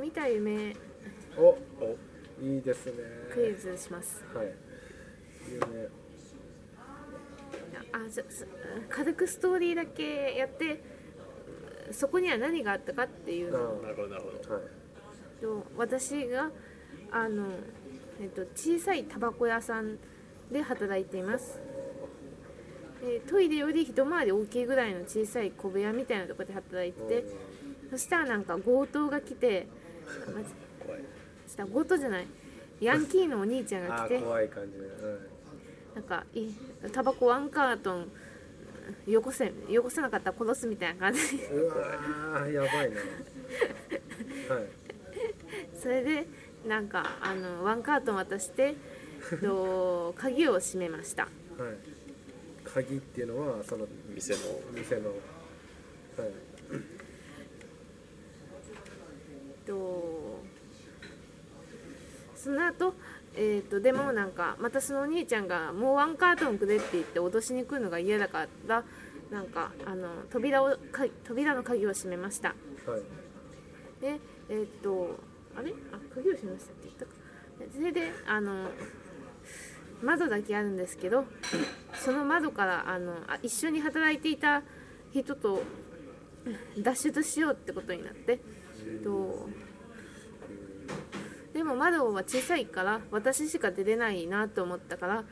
見た夢おおいいですねクイズしますはい夢あじゃす軽くストーリーだけやってそこには何があったかっていうのあなるほどなるほどはいと私があの、えっと、小さいタバコ屋さんで働いています、えートイレより一回り大きいぐらいの小さい小部屋みたいなところで働いててそしたらなんか強盗が来てあまず怖いそしたら強盗じゃないヤンキーのお兄ちゃんがあ来てー怖い感じで、はいなんかいタバコワンカートンよこせよこせなかったら殺すみたいな感じ うわーやばいなはいそれでなんかあのワンカートン渡してえっと鍵を閉めましたはい鍵っていうのはその店の店のはいえっとその後えっとでもなんかまたそのお兄ちゃんが「もうワンカートンくれ」って言って脅しに来るのが嫌だからなんかあの扉をか扉の鍵を閉めましたはいでえーっとあれあ鍵を閉めましたって言ったかそれであの窓だけあるんですけどその窓からあのあ一緒に働いていた人と脱出しようってことになってとでも窓は小さいから私しか出れないなと思ったから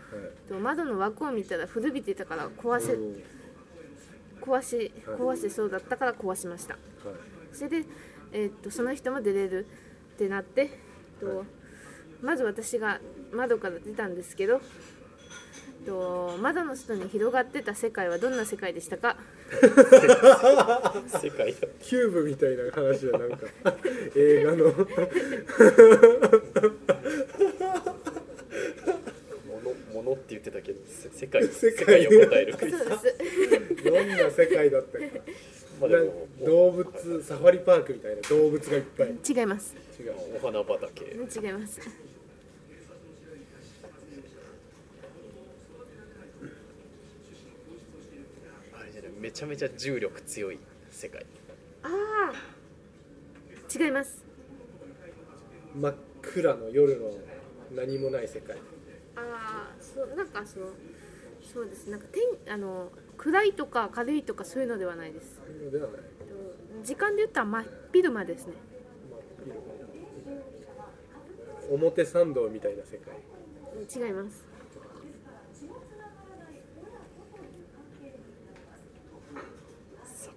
と窓の枠を見たら古びてたから壊はいせおー壊し壊せそうだったから壊しました。はいそれで、えーっとその人も出れるってなって、えっとはいまず私が窓から出たんですけど、えっと窓の外に広がってた世界はどんな世界でしたか世界だキューブみたいな話だなんか 映画のものものって言ってたけどせ世界世世界界を答えるクイそうズですどんな世界だったかまあでなも動物サファリパークみたいな動物がいっぱい違う違いますお花畑違いますあれじゃないめちゃめちゃ重力強い世界ああ違います真っ暗の夜の何もない世界ああそうなんかそのそうですなんか天あの暗いとか軽いとかそういうのではないですではないえっと時間で言ったら真っ昼間ですね真っ昼表参道みたいな世界違います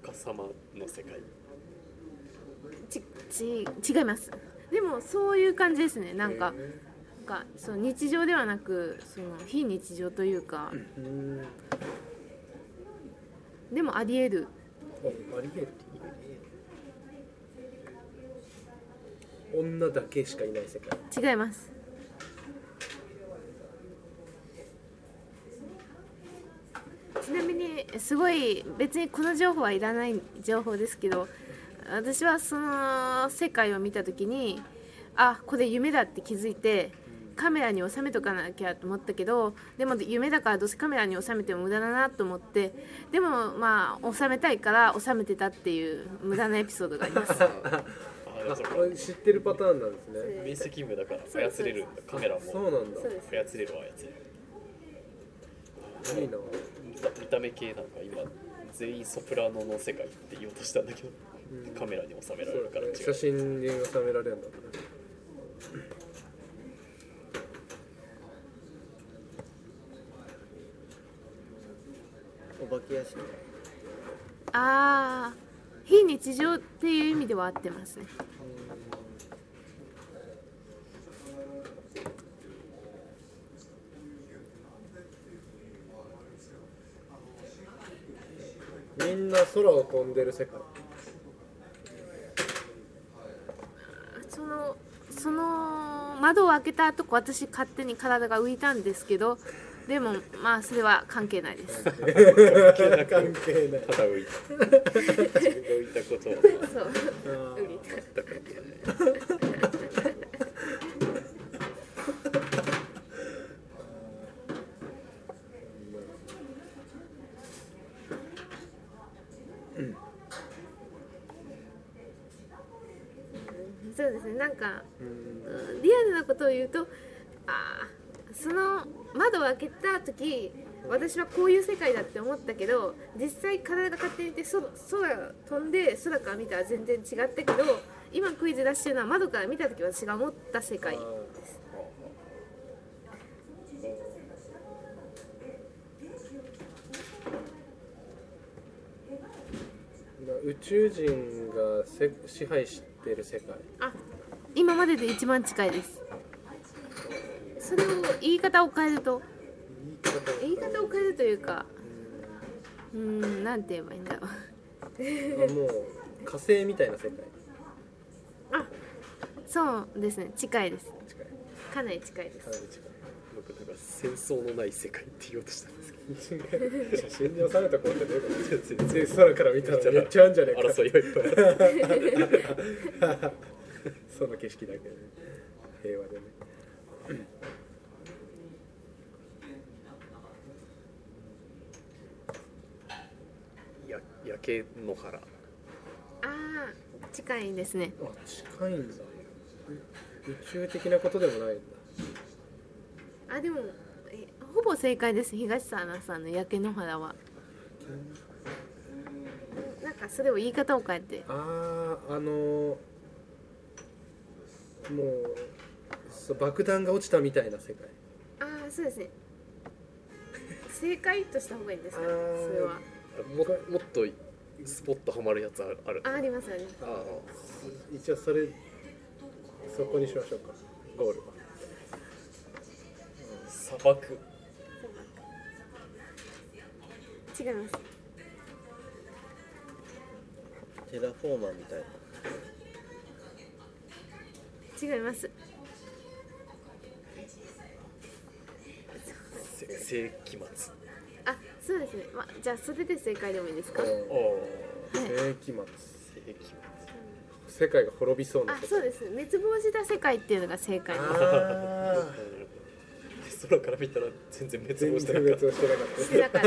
逆さまの世界ちち違いますでもそういう感じですねなんか,、なんかその日常ではなくその非日常というかうーんあでもありえるありえる女だけしかいない世界違いますちなみにすごい別にこの情報はいらない情報ですけど私はその世界を見た時にあこれ夢だって気づいてカメラに収めとかなきゃと思ったけどでも夢だからどうせカメラに収めても無駄だなと思ってでもまあ収めたいから収めてたっていう無駄なエピソードがあります。あであもそっかこれ知ってるパターンなんですね面積務だからそうです操れるんだカメラもそうなんだそうです操れるは操いいなれる見た見た目系なんか今全員ソプラノの世界って言おうとしたんだけど、カメラに収めらそれうるから違うね写真に収められるんだねお化け屋敷ああ非日常っていう意味では合ってますねみんな空を飛んでる世界そのその窓を開けたとこ私勝手に体が浮いたんですけどでもまあそれは関係ないです関係ないただ浮いた自分が浮いたことはそう そそうですねなんかうんうんリアルなことを言うとあーその窓を開けた時私はこういう世界だって思ったけど実際体が勝手にいて空空飛んで空から見たら全然違ったけど今クイズ出してるのは窓から見た時私が思った世界ですまあ宇宙人がせ支配してる世界あ今までで一番近いですそれを言い方を変えると言い方言い方を変えるというかうーんなんて言えばいいんだろうあもう火星みたいな世界あそうですね近いです近いかなり近 いですかなり僕なんか戦争のない世界って言おうとしたんですけど近い写真に収めたことってどういうこ全と全然然空から見たらめっちゃあるんじゃねえか争いがいっぱいある その景色だけでね平和でねや焼け野原ああ近いですねあ近いんだう宇宙的なことでもないんだあでもえほぼ正解です東さんさんの焼け野原はなんかそれを言い方を変えてあーあのーもうそう爆弾が落ちたみたいな世界ああそうですね正解とした方がいいんですかあーそれはももっとスポッとはまるやつあるあるあありますありますああ一応それそこにしましょうかゴールは砂漠違いますテラフォーマーみたいな違いますせ世紀末あそうですね、ま、じゃあそれで正解でもいいですかああ世紀末世紀末世界が滅びそうなあそうです滅亡した世界っていうのが正解ですあー空から見たら全然滅全亡して然なかっ別たをしてなか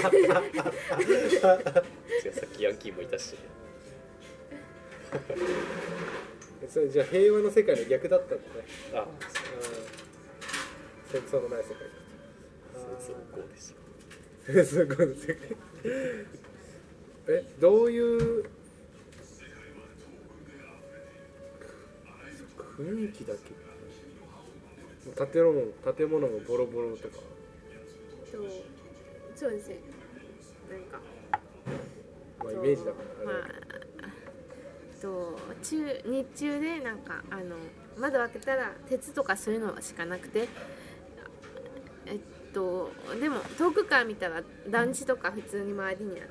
しってなかった違うさっきヤンキーもいたし、たそれじゃあ平和の世界の逆だったんだねああー戦争のない世界そうこうでしたすごい世界えどういう雰囲気だっけ建物建物もボロボロとかとそうですねなんかまあイメージだかまらああと中日中でなんかあの窓開けたら鉄とかそういうのしかなくてえっとでも遠くから見たら団地とか普通に周りにあっあ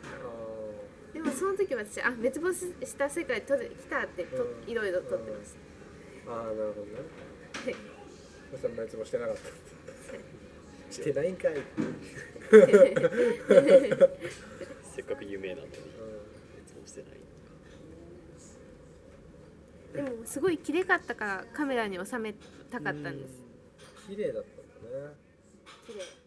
たーでもその時私あ滅亡した世界撮れ来たってとうんいろいろ撮ってましあーなるほどねたはいそんなやつもしてなかったしてないんかい、せっかく有名なのに滅亡してないでもすごい綺麗かったからカメラに収めたかったんです綺麗だったんだね綺麗